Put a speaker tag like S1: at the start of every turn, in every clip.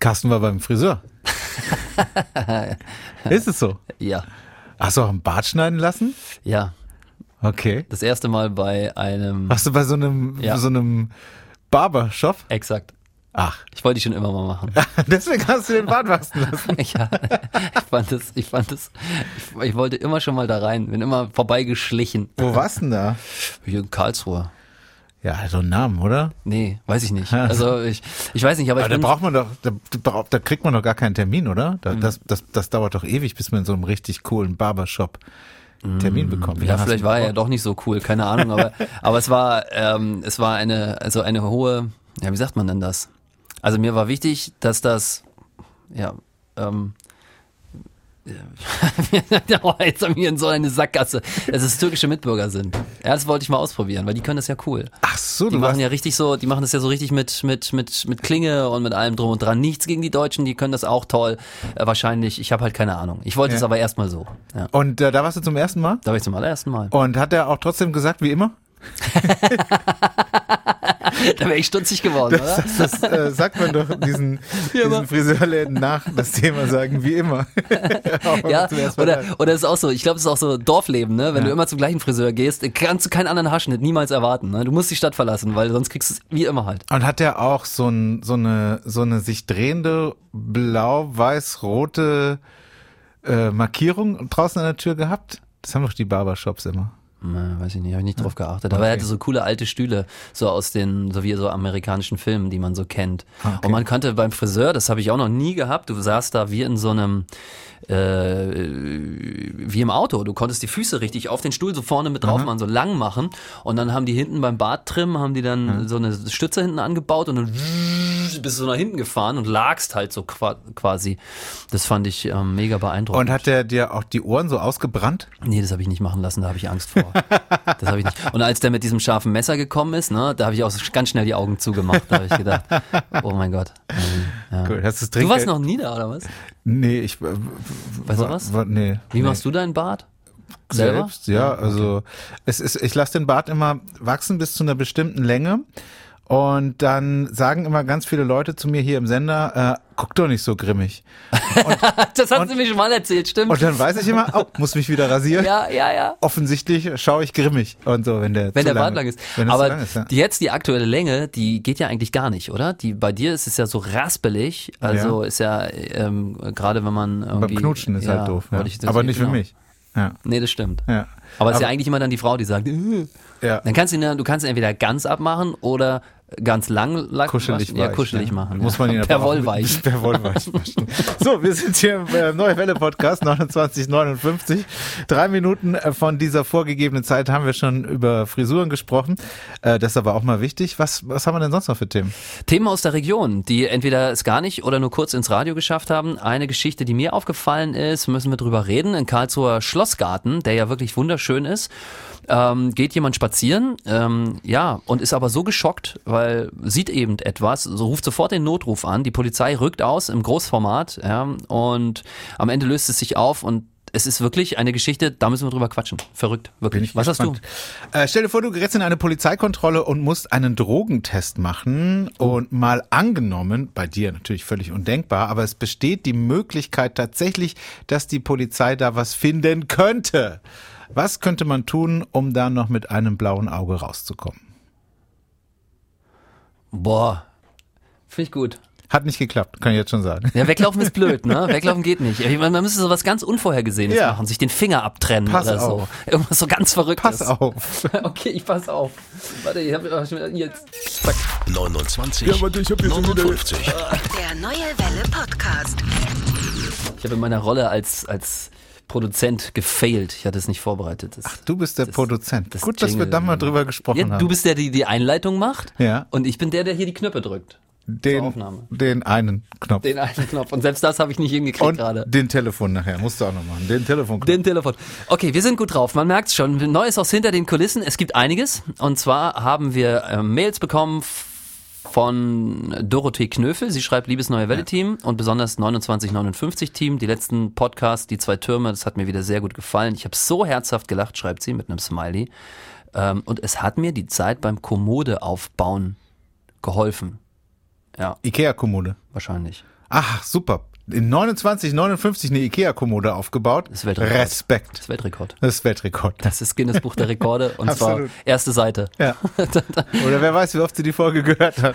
S1: Carsten war beim Friseur. Ist es so?
S2: Ja,
S1: Hast du auch einen Bart schneiden lassen?
S2: ja.
S1: Okay.
S2: Das erste Mal bei einem.
S1: Warst du bei so einem,
S2: Ja.
S1: so einem Barbershop?
S2: Exakt.
S1: Ach,
S2: Ich wollte die schon immer mal machen.
S1: deswegen hast du den Bart wachsen lassen.
S2: ja, ich fand das, ich fand das, ich, ich wollte immer schon mal da rein, bin immer vorbeigeschlichen.
S1: Wo warst du denn da?
S2: Hier in Karlsruhe.
S1: Ja, so einen Namen, oder?
S2: Nee, weiß ich nicht. Also ich, ich weiß nicht, aber,
S1: Aber da
S2: ich bin, Mhm.
S1: braucht man doch, da, da braucht- da kriegt man doch gar keinen Termin, oder? Da, das, das, das dauert doch ewig, bis man in so einem richtig coolen Barbershop einen Termin bekommt. Wie
S2: Mhm. ja,
S1: lange hast
S2: vielleicht
S1: du
S2: war er ja
S1: gebraucht?
S2: doch nicht so cool, keine Ahnung, aber, aber es war, ähm, es war eine, also eine hohe, ja, wie sagt man denn das? Also mir war wichtig, dass das, ja, ähm, ja, oh, jetzt haben wir in so eine Sackgasse, dass es türkische Mitbürger sind. Ja, das wollte ich mal ausprobieren, weil die können das ja cool.
S1: Ach so,
S2: Die
S1: du warst,
S2: machen ja richtig so, die machen das ja so richtig mit, mit, mit, mit Klinge und mit allem drum und dran. Nichts gegen die Deutschen, die können das auch toll. Äh, wahrscheinlich, ich habe halt keine Ahnung. Ich wollte
S1: Ja.
S2: es aber erstmal so. Ja.
S1: und äh, da warst du zum ersten Mal?
S2: Da war ich zum allerersten Mal.
S1: Und hat er auch trotzdem gesagt, wie immer?
S2: Da wäre ich stutzig geworden, oder?
S1: Das, das äh, sagt man doch diesen, diesen Friseurläden nach, dass die immer sagen, wie immer. Auch wenn
S2: Ja,
S1: man zum ersten Mal
S2: oder,
S1: da ist.
S2: oder ist auch so, ich glaube, es ist auch so Dorfleben, ne? Wenn du immer zum gleichen Friseur gehst, kannst du keinen anderen Haarschnitt niemals erwarten, ne? Du musst die Stadt verlassen, weil sonst kriegst du es wie immer halt.
S1: Und hat er auch so, ein, so, eine, so eine sich drehende blau-weiß-rote äh, Markierung draußen an der Tür gehabt? Das haben doch die Barbershops immer.
S2: Na, weiß ich nicht, habe ich nicht drauf geachtet. Aber er hatte so coole alte Stühle, so aus den, so wie so amerikanischen Filmen, die man so kennt. Und man konnte beim Friseur, das habe ich auch noch nie gehabt, du saßt da wie in so einem, äh, wie im Auto. Du konntest die Füße richtig auf den Stuhl so vorne mit drauf machen, so lang machen. Und dann haben die hinten beim Barttrim, haben die dann so eine Stütze hinten angebaut und dann bist du nach hinten gefahren und lagst halt so qua- quasi. Das fand ich ähm, mega beeindruckend.
S1: Und hat er dir auch die Ohren so ausgebrannt?
S2: Nee, das habe ich nicht machen lassen, da habe ich Angst vor. Das habe ich nicht. Und als der mit diesem scharfen Messer gekommen ist, ne, da habe ich auch ganz schnell die Augen zugemacht. Da habe ich gedacht, oh mein Gott. Ähm, ja.
S1: Cool, hast du das
S2: Du
S1: Trinkgeld-
S2: warst noch nie da, oder was?
S1: Nee, ich. Äh,
S2: Weißt du was?
S1: War, nee.
S2: Wie
S1: nee.
S2: machst du deinen Bart? Selber?
S1: selbst? Ja, also es ist, ich lasse den Bart immer wachsen bis zu einer bestimmten Länge. Und dann sagen immer ganz viele Leute zu mir hier im Sender, äh, guck doch nicht so grimmig.
S2: Das hast du mir schon mal erzählt, stimmt?
S1: Und dann weiß ich immer, oh, muss mich wieder rasieren.
S2: ja, ja, ja.
S1: Offensichtlich schaue ich grimmig und so, wenn der
S2: Wenn
S1: zu
S2: der Bart lang ist.
S1: Wenn das
S2: Aber
S1: zu lang ist, ja.
S2: die- jetzt die aktuelle Länge, die geht ja eigentlich gar nicht, oder? Die bei dir ist es ja so raspelig. Also ist ja ähm, gerade wenn man irgendwie,
S1: Beim Knutschen ist halt doof. Ja.
S2: wollte ich das-
S1: Aber nicht
S2: genau.
S1: für mich. Ja,
S2: Nee, das stimmt.
S1: ja.
S2: Aber es ist ja eigentlich immer dann die Frau, die sagt, äh,
S1: ja.
S2: Dann kannst du ihn, ja- du kannst ihn entweder ganz abmachen oder ganz lang lack,
S1: kuschelig
S2: ja,
S1: weich,
S2: kuschelig
S1: ne?
S2: machen.
S1: Muss man
S2: ja.
S1: ihn
S2: per
S1: aber auch-
S2: Wollweich.
S1: Per Wollweich. waschen. so, wir sind hier im äh, Neue Welle Podcast 2959. Drei Minuten äh, von dieser vorgegebenen Zeit haben wir schon über Frisuren gesprochen. Äh, das ist aber auch mal wichtig. Was, was haben wir denn sonst noch für Themen?
S2: Themen aus der Region, die entweder es gar nicht oder nur kurz ins Radio geschafft haben. Eine Geschichte, die mir aufgefallen ist, müssen wir drüber reden. In Karlsruher Schlossgarten, der ja wirklich wunderschön ist, ähm, geht jemand spazieren, ähm, ja, und ist aber so geschockt, weil sieht eben etwas, so ruft sofort den Notruf an. Die Polizei rückt aus im Großformat, ja, und am Ende löst es sich auf und es ist wirklich eine Geschichte, da müssen wir drüber quatschen. Verrückt, wirklich. Was hast du?
S1: du? Äh, stell dir vor, du gerätst in eine Polizeikontrolle und musst einen Drogentest machen.
S2: Oh.
S1: Und mal angenommen, bei dir natürlich völlig undenkbar, aber es besteht die Möglichkeit tatsächlich, dass die Polizei da was finden könnte. Was könnte man tun, um da noch mit einem blauen Auge rauszukommen?
S2: Boah, finde ich gut.
S1: Hat nicht geklappt, kann ich jetzt schon sagen.
S2: Ja, weglaufen ist blöd, ne? Weglaufen geht nicht. Ich meine, man müsste so was ganz Unvorhergesehenes
S1: Ja.
S2: machen, sich den Finger abtrennen
S1: Pass
S2: oder
S1: auf.
S2: so. Irgendwas so ganz Verrücktes.
S1: Pass auf.
S2: Okay, ich pass auf. Warte, ich hab jetzt. Zack.
S3: 29.
S4: Ja, warte, ich hab hier schon wieder-
S3: 59.
S5: Der Neue Welle Podcast.
S2: Ich habe in meiner Rolle als, als Produzent gefailt. Ich hatte es nicht vorbereitet. Das,
S1: Du bist der Produzent.
S2: das
S1: Gut, dass wir
S2: Jingle-
S1: da mal drüber gesprochen
S2: ja,
S1: haben.
S2: du bist der, der die Einleitung macht.
S1: Ja.
S2: Und ich bin der, der hier die Knöpfe drückt.
S1: den,
S2: Aufnahme.
S1: den einen Knopf.
S2: Den einen Knopf. Und selbst das habe ich nicht hingekriegt
S1: und
S2: gerade.
S1: den Telefon nachher. Musst du auch noch machen. Den Telefonknopf.
S2: Den Telefon. Okay, wir sind gut drauf. Man merkt schon. Neues aus hinter den Kulissen. Es gibt einiges. Und zwar haben wir äh, Mails bekommen f- von Dorothee Knöfel. Sie schreibt, liebes Neue Welle-Team und besonders 2959-Team. Die letzten Podcasts, die zwei Türme, das hat mir wieder sehr gut gefallen. Ich habe so herzhaft gelacht, schreibt sie mit einem Smiley. Ähm, und es hat mir die Zeit beim Kommode aufbauen geholfen.
S1: Ikea-Kommode.
S2: Wahrscheinlich.
S1: Ach, super. In 29, 59 eine Ikea-Kommode aufgebaut.
S2: Das ist Weltrekord.
S1: Respekt.
S2: Das ist Weltrekord.
S1: Das ist Weltrekord.
S2: Das ist Guinness Buch der Rekorde und zwar
S1: Absolut.
S2: erste Seite.
S1: Ja. Oder wer weiß, wie oft sie die Folge gehört hat.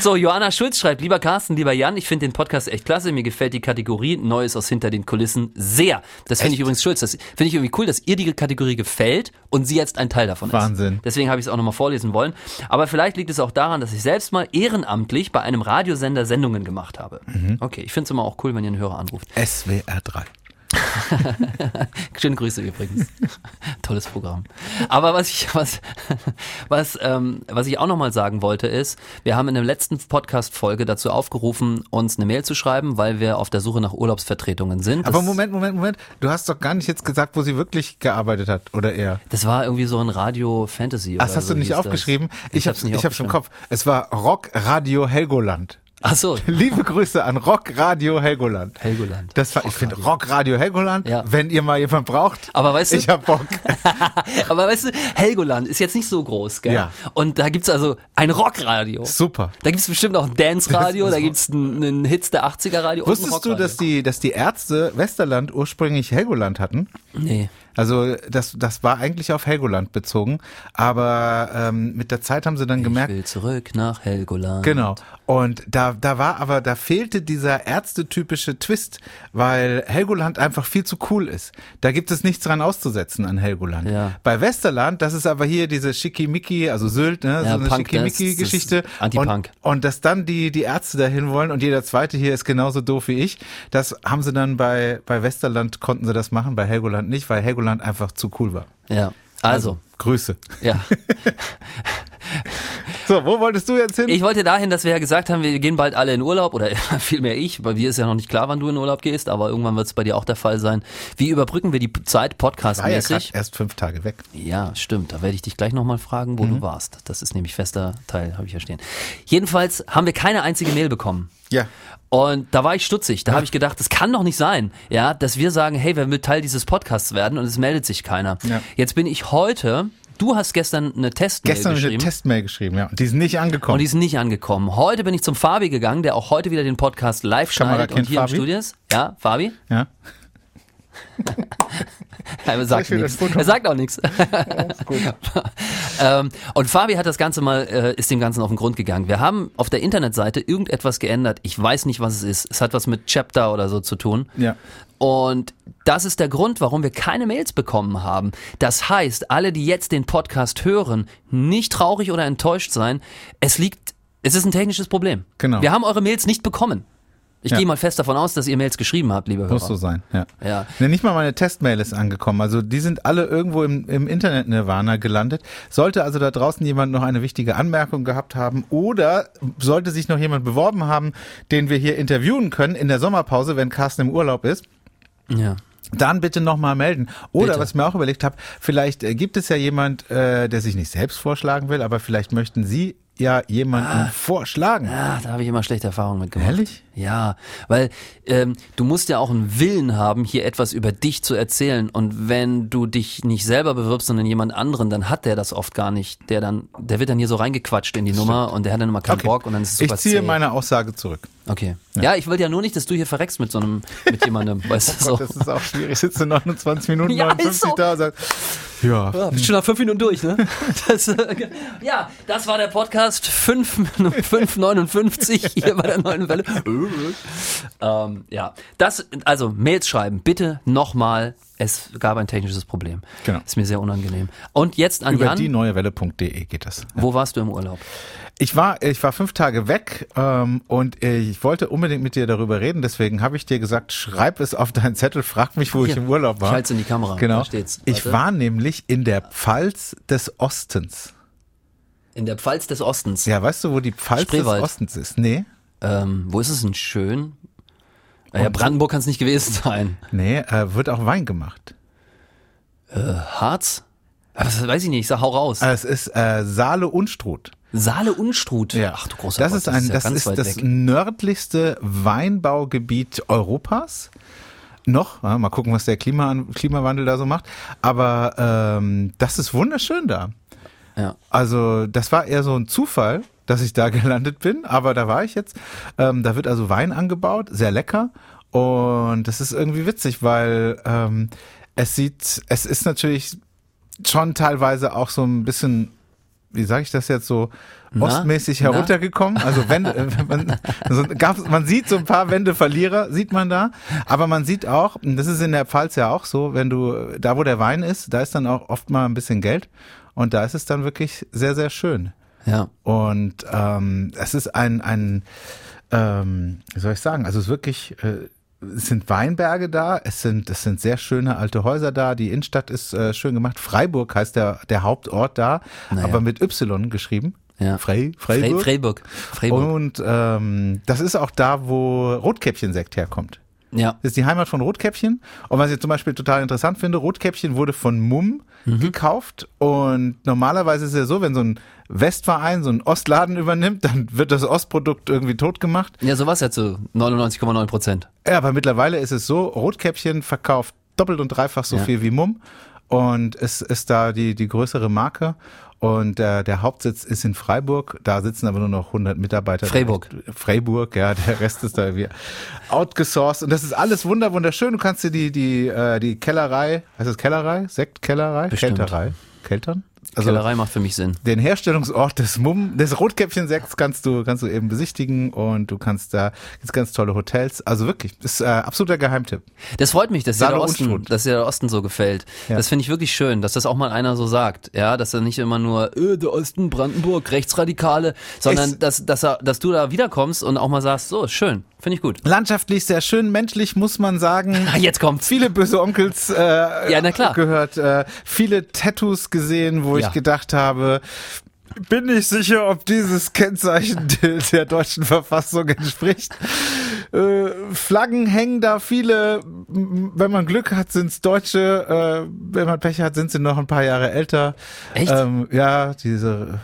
S2: So, Johanna Schulz schreibt, lieber Carsten, lieber Jan, ich finde den Podcast echt klasse. Mir gefällt die Kategorie Neues aus hinter den Kulissen sehr. Das finde ich übrigens Schulz. Das finde ich irgendwie cool, dass ihr die Kategorie gefällt und sie jetzt ein Teil davon ist.
S1: Wahnsinn.
S2: Deswegen habe ich es auch nochmal vorlesen wollen. Aber vielleicht liegt es auch daran, dass ich selbst mal ehrenamtlich bei einem Radiosender Sendungen gemacht habe. Okay, ich finde es immer auch cool, wenn ihr einen Hörer anruft.
S1: SWR 3.
S2: Schöne Grüße übrigens. Tolles Programm. Aber was ich, was, was, ähm, was ich auch nochmal sagen wollte ist, wir haben in der letzten Podcast-Folge dazu aufgerufen, uns eine Mail zu schreiben, weil wir auf der Suche nach Urlaubsvertretungen sind.
S1: Aber
S2: das,
S1: Moment, Moment, Moment. Du hast doch gar nicht jetzt gesagt, wo sie wirklich gearbeitet hat. Oder er.
S2: Das war irgendwie so ein Radio-Fantasy.
S1: Ach,
S2: oder
S1: das hast
S2: so
S1: du nicht
S2: hieß das.
S1: aufgeschrieben? Ich, hab's,
S2: nicht
S1: ich hab's im
S2: aufgeschrieben.
S1: Kopf. Es war Rock Radio Helgoland.
S2: Ach so,
S1: Liebe Grüße an Rock Radio Helgoland.
S2: Helgoland.
S1: Das war, ich finde Rock Radio Helgoland,
S2: Ja.
S1: wenn ihr mal jemand braucht.
S2: Aber weißt du-
S1: ich hab Bock.
S2: Aber weißt du, Helgoland ist jetzt nicht so groß, gell?
S1: Ja.
S2: Und da gibt's also ein Rockradio.
S1: Super.
S2: Da gibt's bestimmt auch ein Dance-Radio, da gibt's einen, einen Hits der 80er-Radio und ein
S1: Wusstest du,
S2: Rockradio.
S1: dass die, dass die Ärzte Westerland ursprünglich Helgoland hatten?
S2: Nee.
S1: Also das, das war eigentlich auf Helgoland bezogen, aber ähm, mit der Zeit haben sie dann gemerkt,
S2: Ich will zurück nach Helgoland.
S1: Genau. Und da, da war aber, da fehlte dieser ärztetypische Twist, weil Helgoland einfach viel zu cool ist. Da gibt es nichts dran auszusetzen an Helgoland.
S2: Ja.
S1: Bei Westerland, das ist aber hier diese Schickimicki, also Sylt, ne,
S2: Ja,
S1: so eine
S2: Punk, ne,
S1: Schickimicki-Geschichte.
S2: das ist Anti-Punk.
S1: Und, und dass dann die, die Ärzte dahin wollen und jeder zweite hier ist genauso doof wie ich, das haben sie dann bei, bei Westerland konnten sie das machen, bei Helgoland nicht, weil Helgoland einfach zu cool war.
S2: Ja. Also,
S1: Grüße.
S2: ja.
S1: So, wo wolltest du jetzt hin?
S2: Ich wollte dahin, dass wir ja gesagt haben, wir gehen bald alle in Urlaub oder vielmehr ich. Bei dir ist ja noch nicht klar, wann du in Urlaub gehst, aber irgendwann wird es bei dir auch der Fall sein. Wie überbrücken wir die Zeit
S1: war Ah, ja grad
S2: podcastmäßig?
S1: erst fünf Tage weg.
S2: Ja, stimmt. Da werde ich dich gleich nochmal fragen,
S1: Mhm.
S2: wo du warst. Das ist nämlich fester Teil, habe ich ja stehen. Jedenfalls haben wir keine einzige Mail bekommen.
S1: Ja.
S2: Und da war ich stutzig. Da habe ich gedacht, das kann doch nicht sein, ja, dass wir sagen, hey, wer will Teil dieses Podcasts werden und es meldet sich keiner.
S1: Ja.
S2: Jetzt bin ich heute. Du hast gestern eine Testmail
S1: Gestern habe ich
S2: geschrieben.
S1: eine Testmail geschrieben, ja. Und die ist nicht angekommen.
S2: und die ist nicht angekommen. Heute bin ich zum Fabi gegangen, der auch heute wieder den Podcast live schneidet und
S1: Kamerakind
S2: hier
S1: Fabi?
S2: im Studio ist. Ja, Fabi?
S1: ja.
S2: Er sagt
S1: Sehr schön,
S2: nichts.
S1: ein Foto.
S2: Er sagt auch nichts. ähm, und Fabi hat das Ganze mal, äh, ist dem Ganzen auf den Grund gegangen. Wir haben auf der Internetseite irgendetwas geändert. Ich weiß nicht, was es ist. Es hat was mit Chapter oder so zu tun.
S1: Ja.
S2: Und das ist der Grund, warum wir keine Mails bekommen haben. Das heißt, alle, die jetzt den Podcast hören, nicht traurig oder enttäuscht sein. Es liegt, es ist ein technisches Problem.
S1: Genau.
S2: Wir haben eure Mails nicht bekommen. Ich
S1: Ja.
S2: gehe mal fest davon aus, dass ihr Mails geschrieben habt, liebe Hörer.
S1: Muss so sein, ja.
S2: Ja.
S1: Ne, nicht mal meine Testmail ist angekommen. Also die sind alle irgendwo im, im Internet Nirvana gelandet. Sollte also da draußen jemand noch eine wichtige Anmerkung gehabt haben oder sollte sich noch jemand beworben haben, den wir hier interviewen können in der Sommerpause, wenn Carsten im Urlaub ist,
S2: Ja.
S1: dann bitte nochmal melden. Oder
S2: Bitte.
S1: was ich mir auch überlegt habe, vielleicht äh, gibt es ja jemand, äh, der sich nicht selbst vorschlagen will, aber vielleicht möchten Sie ja jemanden vorschlagen.
S2: Ah, da habe ich immer schlechte Erfahrungen mit gemacht.
S1: Ehrlich?
S2: Ja, weil ähm, du musst ja auch einen Willen haben, hier etwas über dich zu erzählen. Und wenn du dich nicht selber bewirbst, sondern jemand anderen, dann hat der das oft gar nicht. Der dann, der wird dann hier so reingequatscht in die Nummer und der hat dann immer keinen Bock und dann ist es super
S1: ich ziehe
S2: zäh.
S1: meine Aussage zurück.
S2: Okay. Ja, ich will ja nur nicht, dass du hier verreckst mit so einem, mit jemandem, weißt du
S1: Oh Gott,
S2: so.
S1: das ist auch schwierig. Ich sitze 29 Minuten
S2: Ja, ist
S1: 59
S2: so.
S1: da und sag, ja,
S2: Ja, bist schon nach fünf Minuten durch, ne? Das, äh, ja, das war der Podcast 5, 559 hier bei der neuen Welle. ähm, ja, das, also Mails schreiben, bitte nochmal. Es gab ein technisches Problem.
S1: Genau.
S2: Ist mir sehr unangenehm. Und jetzt an
S1: über
S2: Jan.
S1: die neue Welle.de geht das.
S2: Wo warst du im Urlaub?
S1: Ich war, ich war fünf Tage weg ähm, und ich wollte unbedingt mit dir darüber reden. Deswegen habe ich dir gesagt, schreib es auf deinen Zettel, frag mich, wo ich im Urlaub war.
S2: ich halte es in die Kamera.
S1: Genau.
S2: Da steht's.
S1: Ich
S2: Warte.
S1: war nämlich in der Pfalz des Ostens.
S2: In der Pfalz des Ostens.
S1: Ja, weißt du, wo die Pfalz
S2: Spreewald.
S1: des Ostens ist? Nee.
S2: Ähm, wo ist es denn schön? Äh, Ja, Brandenburg kann es nicht gewesen sein.
S1: Nee, äh, wird auch Wein gemacht.
S2: Harz? Das weiß ich nicht, ich sag, hau raus.
S1: Äh, Es ist äh, Saale Unstrut.
S2: Saale Unstrut.
S1: Ja.
S2: Ach du großer
S1: das
S2: Gott,
S1: ist ein,
S2: ja
S1: das
S2: ganz
S1: ist
S2: weit
S1: das
S2: weg.
S1: nördlichste Weinbaugebiet Europas. Noch, ja, mal gucken, was der Klima, Klimawandel da so macht. Aber ähm, das ist wunderschön da.
S2: Ja.
S1: Also das war eher so ein Zufall, dass ich da gelandet bin, aber da war ich jetzt. Ähm, da wird also Wein angebaut, sehr lecker. Und das ist irgendwie witzig, weil ähm, es sieht, es ist natürlich schon teilweise auch so ein bisschen, wie sage ich das jetzt so,
S2: Na?
S1: ostmäßig
S2: Na?
S1: heruntergekommen. Also Wände, äh, wenn man, so, gab's, man sieht so ein paar Wendeverlierer, sieht man da. Aber man sieht auch, und das ist in der Pfalz ja auch so, wenn du, äh, da wo der Wein ist, da ist dann auch oft mal ein bisschen Geld. Und da ist es dann wirklich sehr, sehr schön.
S2: Ja.
S1: Und ähm, es ist ein, ein ähm, wie soll ich sagen, also es ist wirklich, äh, es sind Weinberge da, es sind, es sind sehr schöne alte Häuser da, die Innenstadt ist äh, schön gemacht. Freiburg heißt der, der Hauptort da,
S2: Naja.
S1: aber mit Y geschrieben.
S2: Ja.
S1: Frei,
S2: Fre
S1: Freiburg.
S2: Freiburg. Freiburg.
S1: Und ähm, das ist auch da, wo Rotkäppchensekt herkommt.
S2: ja.
S1: Das ist die Heimat von Rotkäppchen. Und was ich zum Beispiel total interessant finde, Rotkäppchen wurde von Mumm gekauft. Und normalerweise ist es ja so, wenn so ein Westverein so einen Ostladen übernimmt, dann wird das Ostprodukt irgendwie tot gemacht.
S2: Ja, halt so war es ja zu 99,9 Prozent.
S1: Ja, aber mittlerweile ist es so, Rotkäppchen verkauft doppelt und dreifach so
S2: Ja.
S1: viel wie Mumm. Und es ist da die, die größere Marke. Und äh, der Hauptsitz ist in Freiburg. Da sitzen aber nur noch 100 Mitarbeiter.
S2: Freiburg.
S1: Freiburg, ja. Der Rest ist da irgendwie outgesourced. Und das ist alles wunder wunderschön. Du kannst dir die, die, äh, die Kellerei, heißt das Kellerei? Sektkellerei?
S2: Bestimmt.
S1: Kälterei? Keltern? Also
S2: Kellerei macht für mich Sinn.
S1: den Herstellungsort des Mumm, des Rotkäppchensekts kannst du, kannst du eben besichtigen und du kannst da jetzt ganz tolle Hotels. Also wirklich, ist äh, absoluter Geheimtipp.
S2: Das freut mich, dass dir
S1: Salo
S2: der Osten,
S1: Unstrut.
S2: dass dir der Osten so gefällt.
S1: Ja.
S2: Das finde ich wirklich schön, dass das auch mal einer so sagt, ja, dass er nicht immer nur äh, der Osten, Brandenburg, Rechtsradikale, sondern
S1: Es-
S2: dass dass, er, dass du da wiederkommst und auch mal sagst, so schön, finde ich gut.
S1: Landschaftlich sehr schön, menschlich muss man sagen.
S2: Ah, Jetzt kommt's.
S1: Viele böse Onkels äh,
S2: Ja, na klar.
S1: gehört, äh, viele Tattoos gesehen, wo
S2: Ja.
S1: ich gedacht habe, bin nicht sicher, ob dieses Kennzeichen de- der deutschen Verfassung entspricht. Äh, Flaggen hängen da viele. M- Wenn man Glück hat, sind's Deutsche. Äh, wenn man Pech hat, sind sie noch ein paar Jahre älter.
S2: Echt?
S1: Ähm, ja, diese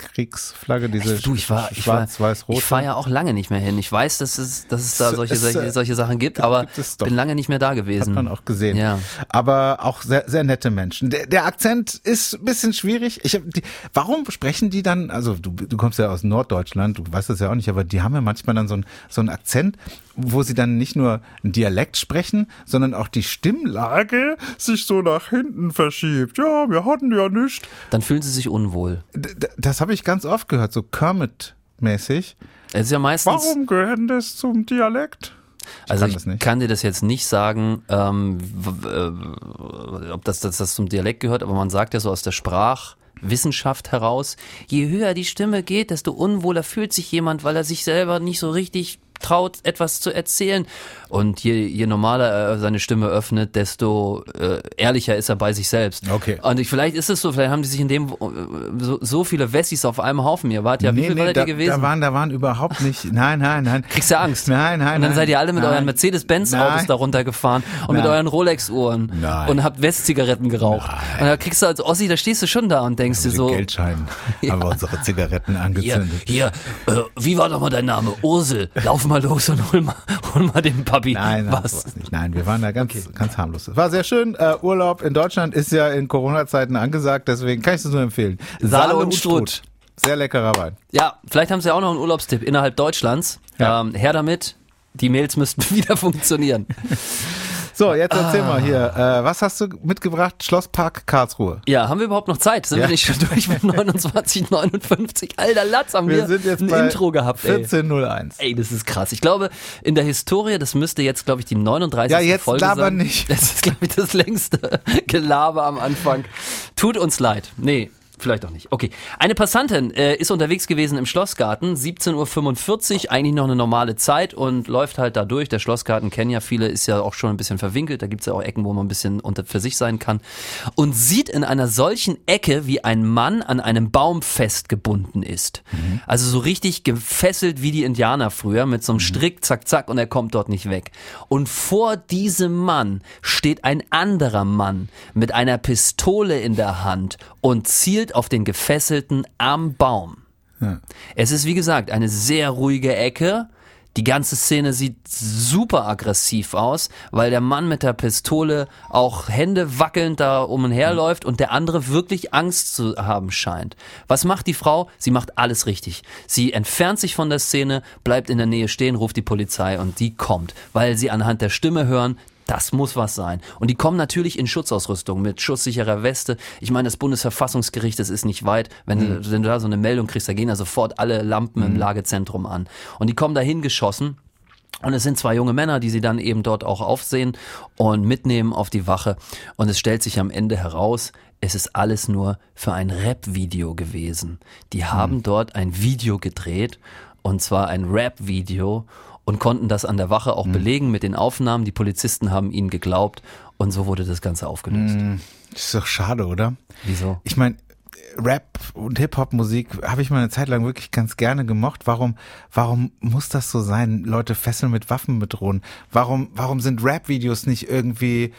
S1: Reichskriegsflagge, diese
S2: Du, ich war, ich war,
S1: schwarz-weiß-rot.
S2: ich fahre ja auch lange nicht mehr hin. Ich weiß, dass es, dass es da
S1: Es-
S2: solche,
S1: es,
S2: solche,
S1: äh,
S2: solche Sachen gibt, aber
S1: gibt es doch.
S2: bin lange nicht mehr da gewesen.
S1: Hat man auch gesehen.
S2: Hm. Ja.
S1: Aber auch sehr, sehr nette Menschen. Der, der Akzent ist ein bisschen schwierig. Ich hab die, warum sprechen die dann, also du, du kommst ja aus Norddeutschland, du weißt das ja auch nicht, aber die haben ja manchmal dann so einen so einen Akzent, wo sie dann nicht nur einen Dialekt sprechen, sondern auch die Stimmlage sich so nach hinten verschiebt. Ja, wir hatten ja nichts.
S2: Dann fühlen sie sich unwohl.
S1: D- d- Das habe ich ganz oft gehört, so Kermit-mäßig.
S2: Es ist ja meistens.
S1: Warum gehört das zum Dialekt? Ich
S2: Also
S1: kann
S2: ich
S1: das nicht.
S2: kann dir das jetzt nicht sagen, ähm, w- w- äh, ob das, das, das zum Dialekt gehört, aber man sagt ja so aus der Sprachwissenschaft heraus, je höher die Stimme geht, desto unwohler fühlt sich jemand, weil er sich selber nicht so richtig traut, etwas zu erzählen. Und je, je normaler er seine Stimme öffnet, desto äh, ehrlicher ist er bei sich selbst.
S1: Okay.
S2: Und ich, vielleicht ist es so, vielleicht haben die sich in dem äh, so, so viele Wessis auf einem Haufen. Ihr wart ja, wie
S1: Nee,
S2: viel
S1: nee,
S2: wart
S1: da,
S2: ihr gewesen?
S1: da waren, da waren überhaupt nicht. Nein, nein, nein.
S2: Kriegst du Angst?
S1: Nein, nein.
S2: Und dann
S1: nein,
S2: seid ihr alle mit
S1: nein.
S2: euren Mercedes-Benz-Autos
S1: Nein.
S2: da runtergefahren und mit
S1: Nein.
S2: euren Rolex-Uhren
S1: Nein.
S2: und habt West-Zigaretten geraucht.
S1: Nein.
S2: Und da kriegst du als Ossi, da stehst du schon da und denkst dir
S1: Mit den
S2: so,
S1: Geldscheinen haben wir unsere Zigaretten
S2: hier,
S1: angezündet.
S2: hier äh, wie war doch mal dein Name? Ursel, lauf mal los und hol mal, hol mal den Papi.
S1: Nein, nein,
S2: Was?
S1: sowas nicht. nein, wir waren da ganz, ganz harmlos. War sehr schön. Äh, Urlaub in Deutschland ist ja in Corona-Zeiten angesagt, deswegen kann ich es nur empfehlen.
S2: Saale und Struth.
S1: Sehr leckerer Wein.
S2: Ja, vielleicht haben sie auch noch einen Urlaubstipp innerhalb Deutschlands.
S1: Ja.
S2: Ähm, her damit. Die Mails müssten wieder funktionieren.
S1: So, jetzt
S2: Ah.
S1: erzähl mal hier. Äh, was hast du mitgebracht? Schlosspark Karlsruhe.
S2: Ja, haben wir überhaupt noch Zeit? Sind
S1: Ja.
S2: wir nicht schon durch mit 29,59? Alter Latz, haben wir,
S1: Wir sind jetzt
S2: ein
S1: bei
S2: Intro gehabt. Ey.
S1: 1401.
S2: Ey, das ist krass. Ich glaube, in der Historie, das müsste jetzt, glaube ich, die 39.
S1: Ja, jetzt
S2: Folge
S1: laber
S2: sein.
S1: nicht.
S2: Das ist, glaube ich, das längste Gelaber am Anfang. Tut uns leid. Nee. Vielleicht auch nicht. Okay. Eine Passantin äh, ist unterwegs gewesen im Schlossgarten, 17.45 Uhr, eigentlich noch eine normale Zeit und läuft halt da durch. Der Schlossgarten kennen ja viele, ist ja auch schon ein bisschen verwinkelt. Da gibt's ja auch Ecken, wo man ein bisschen unter für sich sein kann. Und sieht in einer solchen Ecke, wie ein Mann an einem Baum festgebunden ist. Also so richtig gefesselt wie die Indianer früher mit so einem Strick, zack, zack, und er kommt dort nicht weg. Und vor diesem Mann steht ein anderer Mann mit einer Pistole in der Hand und zielt auf den Gefesselten am Baum. Es ist, wie gesagt, eine sehr ruhige Ecke. Die ganze Szene sieht super aggressiv aus, weil der Mann mit der Pistole auch Hände wackelnd da um und her läuft und der andere wirklich Angst zu haben scheint. Was macht die Frau? Sie macht alles richtig. Sie entfernt sich von der Szene, bleibt in der Nähe stehen, ruft die Polizei und die kommt, weil sie anhand der Stimme hören, das muss was sein. Und die kommen natürlich in Schutzausrüstung mit schusssicherer Weste. Ich meine, das Bundesverfassungsgericht, das ist nicht weit. Wenn, du, wenn du da so eine Meldung kriegst, da gehen da sofort alle Lampen im Lagezentrum an. Und die kommen dahin geschossen. Und es sind zwei junge Männer, die sie dann eben dort auch aufsehen und mitnehmen auf die Wache. Und es stellt sich am Ende heraus, es ist alles nur für ein Rap-Video gewesen. Die
S1: Hm.
S2: haben dort ein Video gedreht und zwar ein Rap-Video und konnten das an der Wache
S1: Hm.
S2: auch belegen mit den Aufnahmen. Die Polizisten haben ihnen geglaubt und so wurde das Ganze aufgelöst.
S1: Ist doch schade, oder?
S2: Wieso?
S1: Hm. Ich meine, Rap und Hip-Hop-Musik habe ich mal eine Zeit lang wirklich ganz gerne gemocht. Warum, warum muss das so sein? Leute fesseln mit Waffen bedrohen. Warum, warum sind Rap-Videos nicht irgendwie,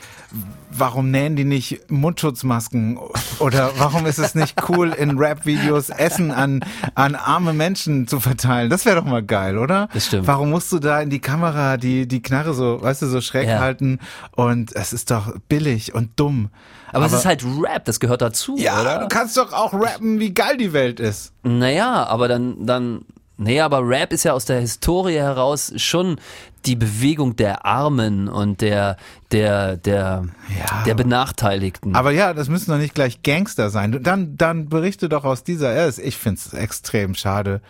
S1: warum nähen die nicht Mundschutzmasken? Oder warum ist es nicht cool, in Rap-Videos Essen an, an arme Menschen zu verteilen? Das wäre doch mal geil, oder?
S2: Das stimmt.
S1: Warum musst du da in die Kamera die, die Knarre so, weißt du, so schräg
S2: Ja.
S1: halten? Und es ist doch billig und dumm.
S2: Aber, es ist halt Rap, das gehört dazu,
S1: Ja,
S2: oder?
S1: du kannst doch auch rappen, wie geil die Welt ist.
S2: Naja, aber dann, dann, naja, aber Rap ist ja aus der Historie heraus schon die Bewegung der Armen und der, der, der,
S1: Ja.
S2: der Benachteiligten.
S1: Aber ja, das müssen doch nicht gleich Gangster sein. Du- Dann, dann berichte doch aus dieser Erst. Ich find's extrem schade.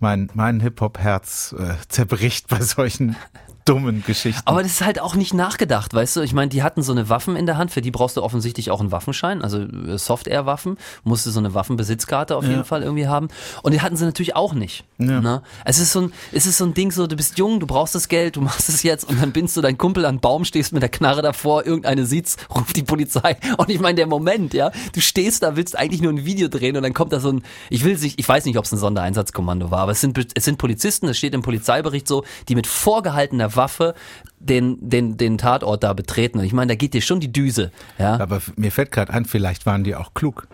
S1: Mein, mein Hip-Hop-Herz äh, zerbricht bei solchen dummen Geschichten.
S2: Aber das ist halt auch nicht nachgedacht, weißt du? Ich meine, die hatten so eine Waffen in der Hand, für die brauchst du offensichtlich auch einen Waffenschein, also äh, Soft-Air-Waffen, musst du so eine Waffenbesitzkarte auf jeden Fall irgendwie haben. Und die hatten sie natürlich auch nicht. Ne? Es, ist so ein, es ist so ein Ding so, du bist jung, du brauchst das Geld, du machst es jetzt und dann bindst du deinen Kumpel an einen Baum, stehst mit der Knarre davor, irgendeine sieht's, ruft die Polizei. Und ich meine, der Moment, ja, du stehst da, willst eigentlich nur ein Video drehen und dann kommt da so ein, ich will sich, ich weiß nicht, ob es ein Sondereinsatzkommando war, aber es sind, es sind Polizisten, das steht im Polizeibericht so, die mit vorgehaltener Waffe den, den, den Tatort da betreten. Und ich meine, da geht dir schon die Düse. Ja?
S1: Aber f- mir fällt gerade ein, vielleicht waren die auch klug.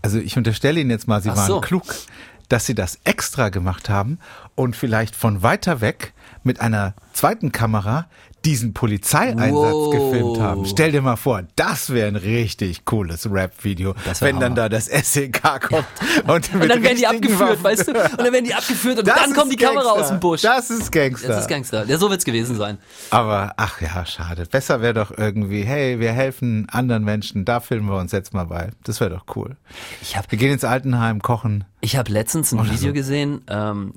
S1: Also ich unterstelle Ihnen jetzt mal, Sie
S2: Ach
S1: waren
S2: so.
S1: klug, dass Sie das extra gemacht haben und vielleicht von weiter weg mit einer zweiten Kamera diesen Polizeieinsatz
S2: Wow.
S1: gefilmt haben. Stell dir mal vor, das wäre ein richtig cooles Rap-Video,
S2: Das wär
S1: wenn dann da das SEK kommt und,
S2: Und
S1: mit
S2: dann werden die
S1: richtigen Waffen.
S2: abgeführt, weißt du? Und dann werden die abgeführt und
S1: Das
S2: dann kommt
S1: ist
S2: die Kamera
S1: Gangster.
S2: aus dem Busch.
S1: Das ist Gangster.
S2: das ist Gangster. Ja, so wird's gewesen sein.
S1: Aber ach ja, schade. Besser wäre doch irgendwie, hey, wir helfen anderen Menschen, da filmen wir uns jetzt mal bei. Das wäre doch cool.
S2: Ich habe
S1: Wir gehen ins Altenheim kochen.
S2: Ich habe letztens ein Video gesehen, ähm,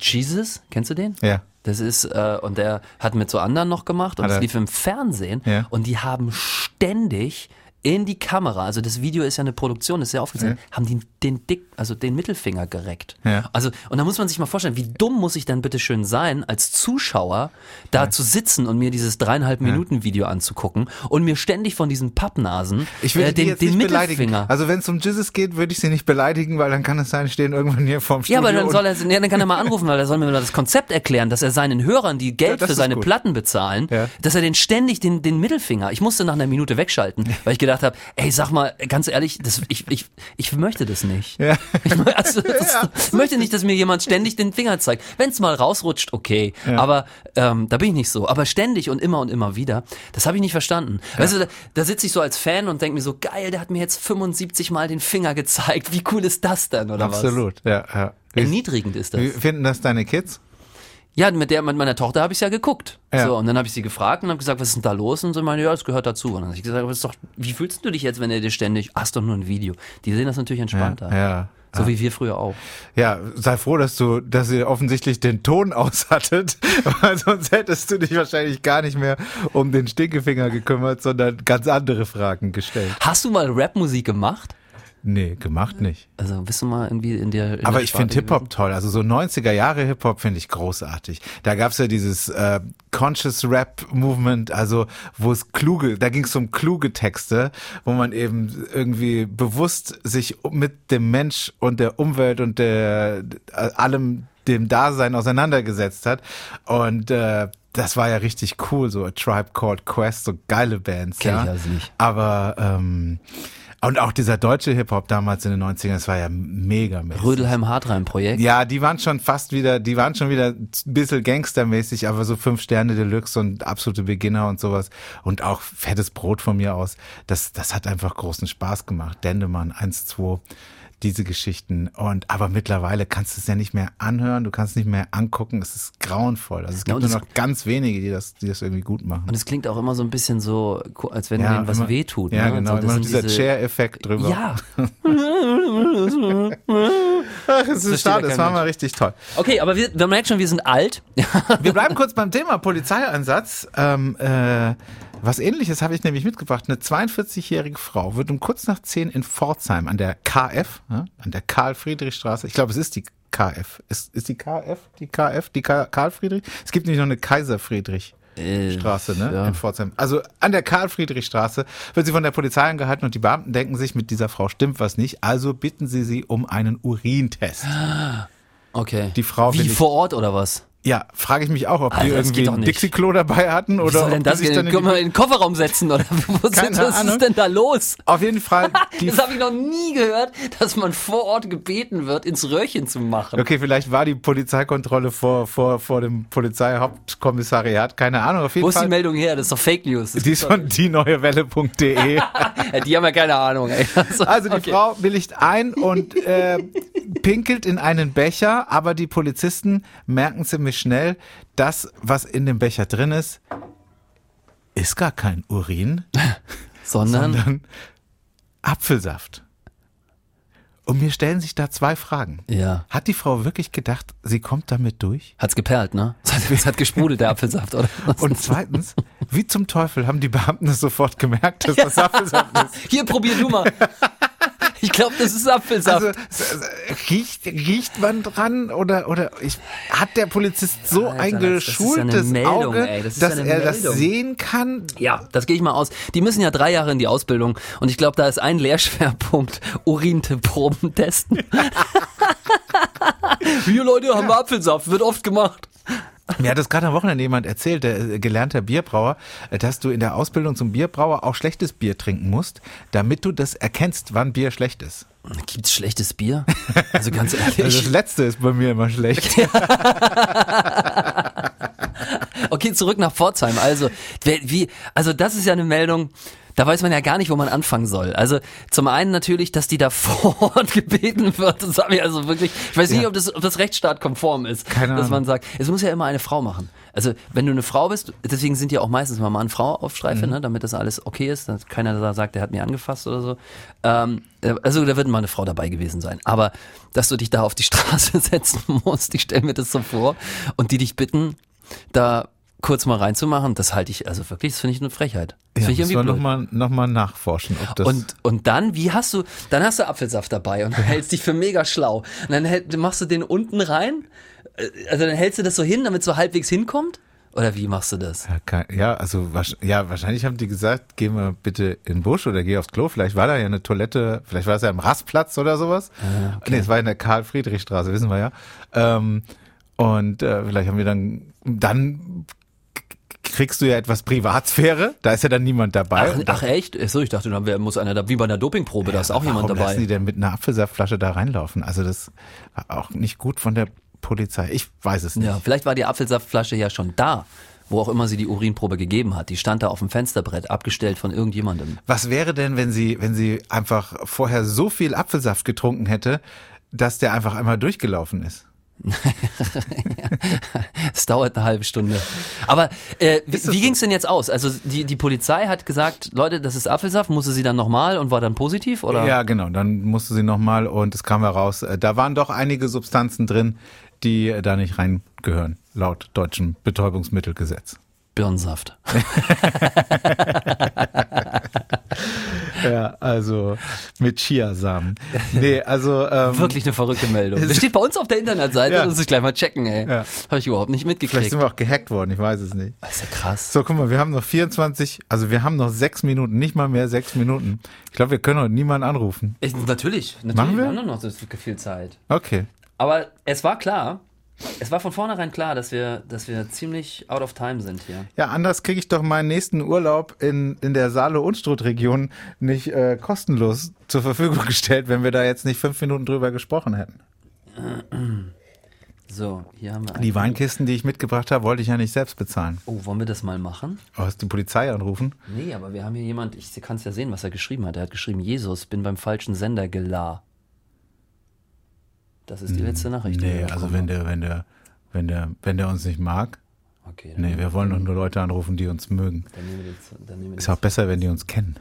S2: Jesus, kennst du den?
S1: Ja.
S2: Das ist, äh, und der hat mit so anderen noch gemacht und
S1: Hat
S2: das
S1: er.
S2: lief im Fernsehen
S1: Ja.
S2: und die haben ständig in die Kamera, also das Video ist ja eine Produktion, das ist ja aufgezeichnet, haben die den dick, also den Mittelfinger gereckt.
S1: Ja.
S2: Also, und da muss man sich mal vorstellen, wie dumm muss ich dann bitte schön sein, als Zuschauer da zu sitzen und mir dieses dreieinhalb Minuten Video anzugucken und mir ständig von diesen Pappnasen
S1: Ich würde
S2: äh, den,
S1: die jetzt
S2: den
S1: nicht beleidigen.
S2: Mittelfinger.
S1: Also wenn es um Jesus geht, würde ich sie nicht beleidigen, weil dann kann es sein, die stehen irgendwann hier vorm
S2: Ja,
S1: Studio.
S2: aber dann
S1: und-
S2: soll er, ja, dann kann er mal anrufen, weil er soll mir mal das Konzept erklären, dass er seinen Hörern, die
S1: Ja,
S2: Geld
S1: das
S2: für
S1: ist
S2: seine
S1: gut.
S2: Platten bezahlen,
S1: Ja.
S2: dass er den ständig den, den Mittelfinger. Ich musste nach einer Minute wegschalten, weil ich gedacht habe, ey, sag mal, ganz ehrlich, das, ich, ich, ich möchte das nicht.
S1: Ja.
S2: Ich, mö- also, das,
S1: Ja.
S2: ich möchte nicht, dass mir jemand ständig den Finger zeigt. Wenn es mal rausrutscht, okay. Aber ähm, da bin ich nicht so. Aber ständig und immer und immer wieder, das habe ich nicht verstanden. Weißt du, da, da sitze ich so als Fan und denke mir so, geil, der hat mir jetzt 75 Mal den Finger gezeigt. Wie cool ist das denn, oder was?
S1: Absolut, ja. ja. Wie,
S2: Erniedrigend ist das.
S1: wie finden das deine Kids?
S2: Ja, mit der mit meiner Tochter habe ich ja geguckt.
S1: Ja.
S2: So, und dann habe ich sie gefragt und habe gesagt, was ist denn da los? Und sie meinte, ja, das gehört dazu. Und dann habe ich gesagt, aber ist doch, wie fühlst du dich jetzt, wenn er dir ständig, hast doch nur ein Video. Die sehen das natürlich entspannter.
S1: Ja.
S2: So wie wir früher auch.
S1: Ja, sei froh, dass du, dass ihr offensichtlich den Ton aushattet, weil sonst hättest du dich wahrscheinlich gar nicht mehr um den Stinkefinger gekümmert, sondern ganz andere Fragen gestellt.
S2: Hast du mal Rapmusik gemacht?
S1: Nee, gemacht nicht.
S2: Also bist du mal irgendwie in der. In
S1: Aber
S2: der
S1: ich
S2: Sparte
S1: finde Hip-Hop toll. Also so 90er Jahre Hip-Hop finde ich großartig. Da gab's ja dieses äh, Conscious Rap Movement, also wo es kluge, da ging's um kluge Texte, wo man eben irgendwie bewusst sich mit dem Mensch und der Umwelt und der äh, allem dem Dasein auseinandergesetzt hat. Und äh, das war ja richtig cool, so A Tribe Called Quest, so geile Bands.
S2: Kenn
S1: ja.
S2: ich also nicht.
S1: Aber ähm, Und auch dieser deutsche Hip-Hop damals in den 90ern, das war ja mega mäßig.
S2: Rödelheim-Hartreim-Projekt.
S1: Ja, die waren schon fast wieder, die waren schon wieder ein bisschen gangstermäßig, aber so fünf Sterne Deluxe und absolute Beginner und sowas. Und auch fettes Brot von mir aus. Das, das hat einfach großen Spaß gemacht. Dendemann, 1, 2 diese Geschichten. Und aber mittlerweile kannst du es ja nicht mehr anhören, du kannst es nicht mehr angucken. Es ist grauenvoll. Also es
S2: Ja,
S1: gibt
S2: und
S1: nur
S2: es-
S1: noch ganz wenige, die das, die das irgendwie gut machen.
S2: Und es klingt auch immer so ein bisschen so, als wenn
S1: Ja,
S2: denen was
S1: immer-
S2: wehtut.
S1: Ja,
S2: ne?
S1: genau.
S2: so, das
S1: Immer noch
S2: sind
S1: dieser
S2: diese-
S1: Chair-Effekt drüber.
S2: Ja.
S1: Ach, es ist
S2: Versteht ja
S1: schade, das
S2: kein
S1: war mal richtig toll.
S2: Okay, aber wir, wir merken schon, wir sind alt.
S1: Wir bleiben kurz beim Thema Polizeieinsatz. Ähm, äh, was ähnliches habe ich nämlich mitgebracht. Eine 42-jährige Frau wird um kurz nach 10 in Pforzheim an der KF, ja, an der Karl-Friedrich-Straße, ich glaube, es ist die KF. Ist, ist die KF? Die KF? Die Ka- Karl-Friedrich? Es gibt nämlich noch eine Kaiser-Friedrich.
S2: Äh,
S1: Straße, ne?
S2: ja.
S1: In Pforzheim. Also an der Karl-Friedrich-Straße wird sie von der Polizei angehalten und die Beamten denken sich, mit dieser Frau stimmt was nicht, also bitten sie sie um einen Urintest.
S2: Okay.
S1: Die Frau will
S2: Wie
S1: ich-
S2: vor Ort oder was?
S1: Ja, frage ich mich auch, ob die
S2: Alter, das geht
S1: irgendwie
S2: doch
S1: ein
S2: nicht.
S1: Dixie-Klo dabei hatten
S2: Wie
S1: oder
S2: soll
S1: ob
S2: denn
S1: die
S2: das
S1: sich
S2: gehen?
S1: dann in
S2: Können wir
S1: die,
S2: in den Kofferraum setzen oder wo
S1: Keine
S2: sind, was
S1: Ahnung.
S2: ist denn da los?
S1: Auf jeden Fall die
S2: Das habe ich noch nie gehört, dass man vor Ort gebeten wird, ins Röhrchen zu machen.
S1: Okay, vielleicht war die Polizeikontrolle vor, vor, vor dem Polizeihauptkommissariat, keine Ahnung, auf jeden
S2: Wo ist die
S1: Fall.
S2: Meldung her? Das ist doch Fake News. Das
S1: Die ist von die neue Welle.de.
S2: Ja, die haben ja keine Ahnung. Ey. Also,
S1: Also die
S2: okay.
S1: Frau willigt ein und äh, pinkelt in einen Becher, aber die Polizisten merken ziemlich schnell, das, was in dem Becher drin ist, ist gar kein Urin,
S2: Sondern,
S1: sondern Apfelsaft. Und mir stellen sich da zwei Fragen.
S2: ja,
S1: Hat die Frau wirklich gedacht, sie kommt damit durch?
S2: hat's geperlt, ne? Es hat, es hat gesprudelt, der Apfelsaft, oder?
S1: Und zweitens, wie zum Teufel haben die Beamten es sofort gemerkt, dass das Apfelsaft ist?
S2: Hier, probier du mal. Ich glaube, das ist Apfelsaft.
S1: Also s- s- riecht, riecht man dran oder oder ich, hat der Polizist so
S2: Alter,
S1: ein
S2: das- das ist ja eine
S1: geschultes
S2: Meldung,
S1: Auge,
S2: ey, das ist ja
S1: dass
S2: eine
S1: er das
S2: Meldung.
S1: sehen kann?
S2: Ja, das gehe ich mal aus. Die müssen ja drei Jahre in die Ausbildung und ich glaube, da ist ein Lehrschwerpunkt Urinproben testen. Wir Leute haben Apfelsaft, wird oft gemacht.
S1: Mir hat das gerade am Wochenende jemand erzählt, der äh, gelernter Bierbrauer, äh, dass du in der Ausbildung zum Bierbrauer auch schlechtes Bier trinken musst, damit du das erkennst, wann Bier schlecht ist.
S2: Gibt's schlechtes Bier? Also ganz
S1: Also das
S2: ehrlich.
S1: letzte ist bei mir immer schlecht.
S2: Okay, zurück nach Pforzheim. Also, wer- wie, also das ist ja eine Meldung, da weiß man ja gar nicht, wo man anfangen soll. Also zum einen natürlich, dass die da vor Ort gebeten wird. Das habe ich also wirklich, ich weiß nicht, ob das, ob das Rechtsstaat konform ist,
S1: Keine
S2: dass man
S1: Ahnung.
S2: sagt, es muss ja immer eine Frau machen. Also wenn du eine Frau bist, deswegen sind ja auch meistens mal Mann, Frau auf Streife,
S1: Mhm.
S2: ne, damit das alles okay ist, dass keiner da sagt, der hat mir angefasst oder so. Ähm, also da wird mal eine Frau dabei gewesen sein. Aber dass du dich da auf die Straße setzen musst, ich stelle mir das so vor, und die dich bitten, da kurz mal reinzumachen, das halte ich, also wirklich, das finde ich eine Frechheit. Das finde ich irgendwie
S1: müssen wir
S2: blöd.
S1: nochmal noch mal nachforschen, ob das
S2: Und, und dann, wie hast du, dann hast du Apfelsaft dabei und hältst dich für mega schlau. Und dann hält, machst du den unten rein, äh, also dann hältst du das so hin, damit es so halbwegs hinkommt? Oder wie machst du das?
S1: Ja, kein- Ja, also wahrsch- ja, wahrscheinlich haben die gesagt, geh mal bitte in den Busch oder geh aufs Klo. Vielleicht war da ja eine Toilette, vielleicht war es ja am Rastplatz oder sowas.
S2: Ah,
S1: Nee, es war in der Karl-Friedrich-Straße, wissen wir ja. Ähm, und äh, vielleicht haben wir dann, dann kriegst du ja etwas Privatsphäre, da ist ja dann niemand dabei.
S2: Ach,
S1: Und
S2: ach echt? Ach so, ich dachte, da wär- muss einer da, wie bei einer Dopingprobe, da ist auch jemand
S1: Warum lassen die
S2: dabei.
S1: denn mit einer Apfelsaftflasche da reinlaufen? Also das war auch nicht gut von der Polizei. Ich weiß es nicht.
S2: Ja, vielleicht war die Apfelsaftflasche ja schon da, wo auch immer sie die Urinprobe gegeben hat. Die stand da auf dem Fensterbrett, abgestellt von irgendjemandem.
S1: Was wäre denn, wenn sie, wenn sie einfach vorher so viel Apfelsaft getrunken hätte, dass der einfach einmal durchgelaufen ist?
S2: Es dauert eine halbe Stunde. Aber äh, wie,
S1: Ist es
S2: wie
S1: so?
S2: ging's denn jetzt aus? Also die, die Polizei hat gesagt, Leute, das ist Apfelsaft, musste sie dann nochmal und war dann positiv? Oder?
S1: Ja, genau. Dann musste sie nochmal und es kam heraus, äh, da waren doch einige Substanzen drin, die äh, da nicht reingehören, laut deutschem Betäubungsmittelgesetz.
S2: Birnensaft.
S1: Ja, also mit Chiasamen. Nee, also ähm,
S2: Wirklich eine verrückte Meldung. Das steht bei uns auf der Internetseite,
S1: Ja.
S2: das muss ich gleich mal checken, ey.
S1: Ja.
S2: Habe ich überhaupt nicht
S1: vielleicht
S2: mitgekriegt.
S1: sind wir auch gehackt worden, ich weiß es nicht.
S2: Das ist ja krass.
S1: So, guck mal, wir haben noch 24, also wir haben noch sechs Minuten, nicht mal mehr sechs Minuten. Ich glaube, wir können heute niemanden anrufen.
S2: Ich, natürlich, natürlich.
S1: Machen wir?
S2: haben doch noch so viel Zeit.
S1: Okay.
S2: Aber es war klar, Es war von vornherein klar, dass wir, dass wir ziemlich out of time sind hier.
S1: Ja, anders kriege ich doch meinen nächsten Urlaub in, in der Saale-Unstrut-Region nicht äh, kostenlos zur Verfügung gestellt, wenn wir da jetzt nicht fünf Minuten drüber gesprochen hätten.
S2: So, hier haben wir einen.
S1: Die Weinkisten, die ich mitgebracht habe, wollte ich ja nicht selbst bezahlen.
S2: Oh, wollen wir das mal machen?
S1: Oh, hast du die Polizei anrufen?
S2: Nee, aber wir haben hier jemand, ich kann es ja sehen, was er geschrieben hat. Er hat geschrieben, Jesus, bin beim falschen Sender gelar. Das ist die letzte Nachricht. die wir
S1: Hm. Nee,
S2: bekommen
S1: also wenn der, wenn der, wenn der, wenn der uns nicht mag,
S2: haben. Okay, dann,
S1: nee, wir wollen doch nur Leute anrufen, die uns mögen.
S2: dann nehmen wir die, dann nehmen wir
S1: Ist auch besser, wenn die uns kennen.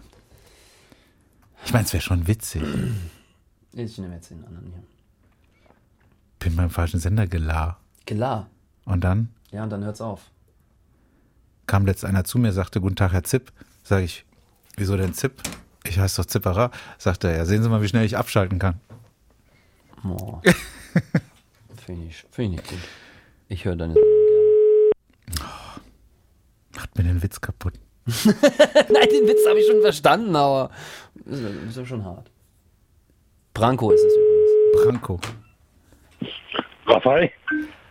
S1: Ich meine, es wäre schon witzig.
S2: die. Ich nehme jetzt den anderen hier.
S1: Bin beim falschen Sender gelar.
S2: Gelar.
S1: Und dann
S2: Ja, und dann hört's auf.
S1: kam letzt einer zu mir, sagte, guten Tag, Herr Zipp. Sag ich, wieso denn Zipp? Ich heiße doch Zipperer. Sagt er, ja, sehen Sie mal, wie schnell ich abschalten kann.
S2: Oh. Finde ich, find ich nicht gut. Ich höre deine Sendung gerne.
S1: Macht mir den Witz kaputt.
S2: Nein, den Witz habe ich schon verstanden, aber ist ja, ist ja schon hart. Branko ist es übrigens.
S1: Branko.
S3: Raphael,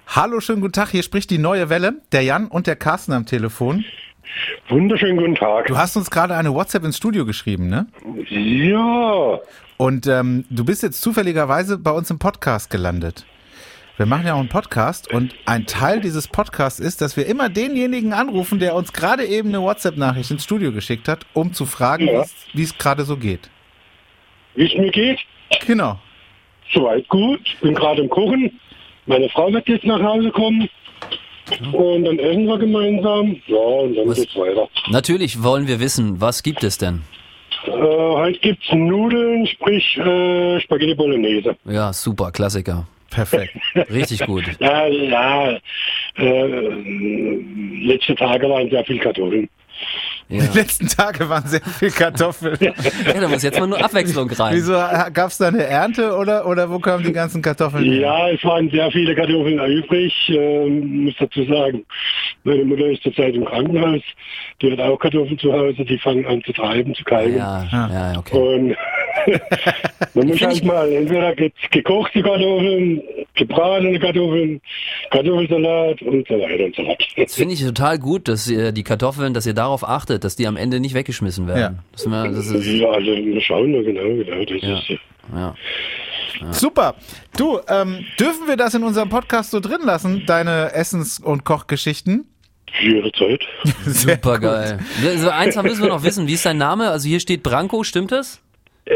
S1: Hallo, schönen guten Tag. Hier spricht die neue Welle. Der Jan und der Carsten am Telefon.
S3: wunderschönen guten Tag.
S1: Du hast uns gerade eine WhatsApp ins Studio geschrieben, ne?
S3: Ja,
S1: Und ähm, du bist jetzt zufälligerweise bei uns im Podcast gelandet. Wir machen ja auch einen Podcast und ein Teil dieses Podcasts ist, dass wir immer denjenigen anrufen, der uns gerade eben eine WhatsApp-Nachricht ins Studio geschickt hat, um zu fragen,
S3: Ja.
S1: wie's- wie es gerade so geht.
S3: wie es mir geht,
S1: Genau.
S3: soweit gut. Ich bin gerade im Kochen. Meine Frau wird jetzt nach Hause kommen. Und dann essen wir gemeinsam. Ja, und dann geht's weiter.
S2: Natürlich wollen wir wissen, was gibt es denn?
S3: Äh, heute gibt's Nudeln, sprich äh, Spaghetti Bolognese.
S2: Ja, super, Klassiker.
S1: Perfekt.
S2: Richtig gut.
S3: Ja, ja. Äh, letzte Tage waren sehr viel Kartoffeln.
S2: Ja.
S1: Die letzten Tage waren sehr viel Kartoffeln.
S2: Ja, da muss jetzt mal nur Abwechslung rein.
S1: Wieso gab es da eine Ernte oder, oder wo kamen die ganzen Kartoffeln her?
S3: Ja, es waren sehr viele Kartoffeln übrig, ähm, muss dazu sagen. Meine Mutter ist zurzeit im Krankenhaus, die hat auch Kartoffeln zu Hause, die fangen an zu treiben, zu keimen.
S2: Ja, ja, okay.
S3: Und man muss
S2: Find ich-
S3: halt mal, entweder gibt's gekochte Kartoffeln, gebratene Kartoffeln, Kartoffelsalat und so weiter und so fort.
S2: Das finde ich total gut, dass ihr die Kartoffeln, dass ihr darauf achtet, dass die am Ende nicht weggeschmissen werden.
S1: Ja.
S2: Das, ist mir- das ist,
S3: Ja, also wir schauen mal genau, genau. Das
S2: Ja.
S3: ist,
S2: ja.
S1: Super. Du, ähm, dürfen wir das in unserem Podcast so drin lassen, deine Essens- und Kochgeschichten?
S3: jede Zeit.
S1: Sehr
S2: Super geil. Also eins müssen wir noch wissen, wie ist dein Name? Also hier steht Branko, stimmt das?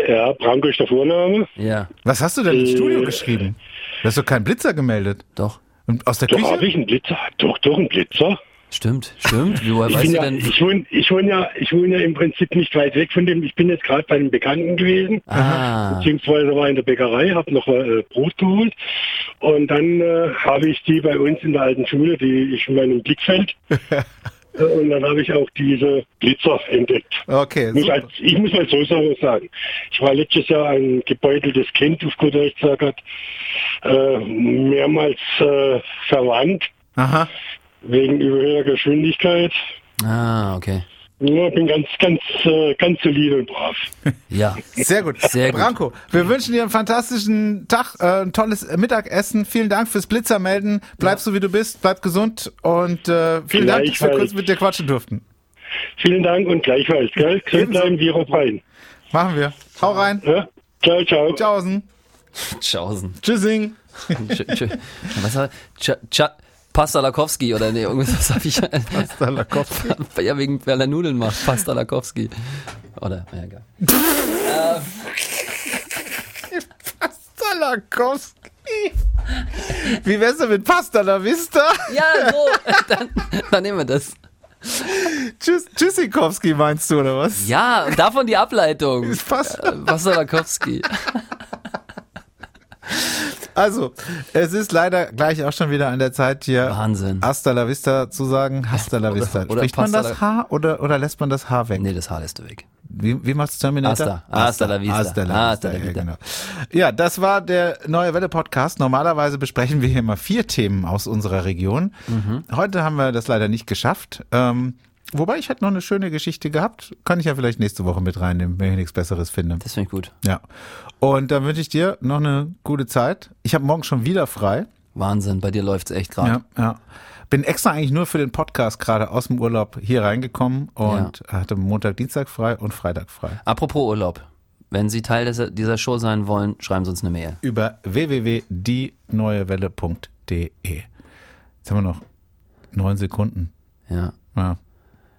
S3: Ja, Branko ist der Vorname.
S2: Ja,
S1: Was hast du denn ins
S3: Äh.
S1: Studio geschrieben? Du hast doch keinen Blitzer gemeldet.
S2: doch.
S1: Und aus der
S3: Doch, habe
S1: Küche?
S3: ich einen Blitzer. Doch, doch, einen Blitzer.
S2: Stimmt, stimmt. Wie, woher
S3: Ich,
S2: weißt
S3: bin
S2: du
S3: ja,
S2: denn?
S3: ich, wohne, ich, wohne ja, ich wohne ja im Prinzip nicht weit weg von dem. Ich bin jetzt gerade bei einem Bekannten gewesen,
S2: Ah.
S3: beziehungsweise war in der Bäckerei, habe noch äh, Brot geholt. Und dann äh, habe ich die bei uns in der alten Schule, die ich in meinem Blickfeld. äh, und dann habe ich auch diese Blitzer entdeckt.
S1: Okay,
S3: Ich muss,
S1: super.
S3: als, ich muss mal so Sachen sagen. Ich war letztes Jahr ein gebeuteltes Kind, auf gut Deutsch gesagt, äh, mehrmals äh, verwandt
S1: Aha.
S3: wegen überhöhter Geschwindigkeit.
S2: ah, okay.
S3: Ja, bin ganz, ganz, äh, ganz solide und brav.
S2: Ja.
S1: Sehr gut.
S2: Sehr gut.
S1: Branko, wir wünschen dir einen fantastischen Tag, äh, ein tolles Mittagessen. Vielen Dank fürs Blitzermelden. Bleibst du, wie du bist, bleib gesund und äh, vielen Dank, dass wir
S3: Gleichfalls.
S1: kurz mit dir quatschen durften.
S3: Vielen Dank und gleichfalls. Gell? Gesund
S1: Ebenso.
S3: bleiben, Virus rein.
S1: Machen wir. Hau rein.
S3: Ja? Ciao, ciao.
S1: Tschaußen.
S2: Tschaußen.
S1: Tschüssing.
S2: Tsch, tsch, was war? Tsch, tsch, Pastalakowski oder nee, irgendwas habe ich.
S1: Salakowski.
S2: ja, wegen, weil er Nudeln macht. Pastalakowski. Oder, ja, egal.
S1: Salakowski. Wie wär's denn mit Pasta la Vista?
S2: Ja, so, dann, dann nehmen wir das.
S1: Tschüss, Tschüssikowski meinst du, oder was?
S2: Ja, und davon die Ableitung.
S1: Ist Pasta.
S2: Wasolakowski.
S1: Also, es ist leider gleich auch schon wieder an der Zeit, hier
S2: Wahnsinn.
S1: Hasta la vista zu sagen. Hasta la vista.
S2: oder
S1: Spricht man
S2: Pasta
S1: das
S2: la-
S1: H oder, oder lässt man das H weg?
S2: Nee, das Haar lässt du weg.
S1: Wie, wie macht's Terminator?
S2: Hasta. Hasta la vista.
S1: Hasta la
S2: Hasta
S1: vista.
S2: la
S1: Ja,
S2: vida.
S1: genau. ja, das war der Neue Welle Podcast. Normalerweise besprechen wir hier immer vier Themen aus unserer Region.
S2: Mhm.
S1: Heute haben wir das leider nicht geschafft. Ähm, wobei ich hätte noch eine schöne Geschichte gehabt. Kann ich ja vielleicht nächste Woche mit reinnehmen, wenn ich nichts Besseres finde.
S2: Das finde ich gut.
S1: Ja. Und dann wünsche ich dir noch eine gute Zeit. Ich habe morgen schon wieder frei.
S2: Wahnsinn, bei dir läuft's echt gerade.
S1: Ja, ja. Bin extra eigentlich nur für den Podcast gerade aus dem Urlaub hier reingekommen und hatte Montag, Dienstag frei und Freitag frei.
S2: Apropos Urlaub. Wenn Sie Teil des, dieser Show sein wollen, schreiben Sie uns eine Mail.
S1: Über www.dieneuewelle.de. Jetzt haben wir noch neun Sekunden.
S2: Ja.
S1: Ja.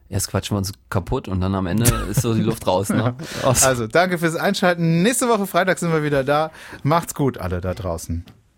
S2: Erst quatschen wir uns kaputt und dann am Ende ist so die Luft raus. Ne? Aus-
S1: Also, danke fürs Einschalten. Nächste Woche Freitag sind wir wieder da. Macht's gut, alle da draußen.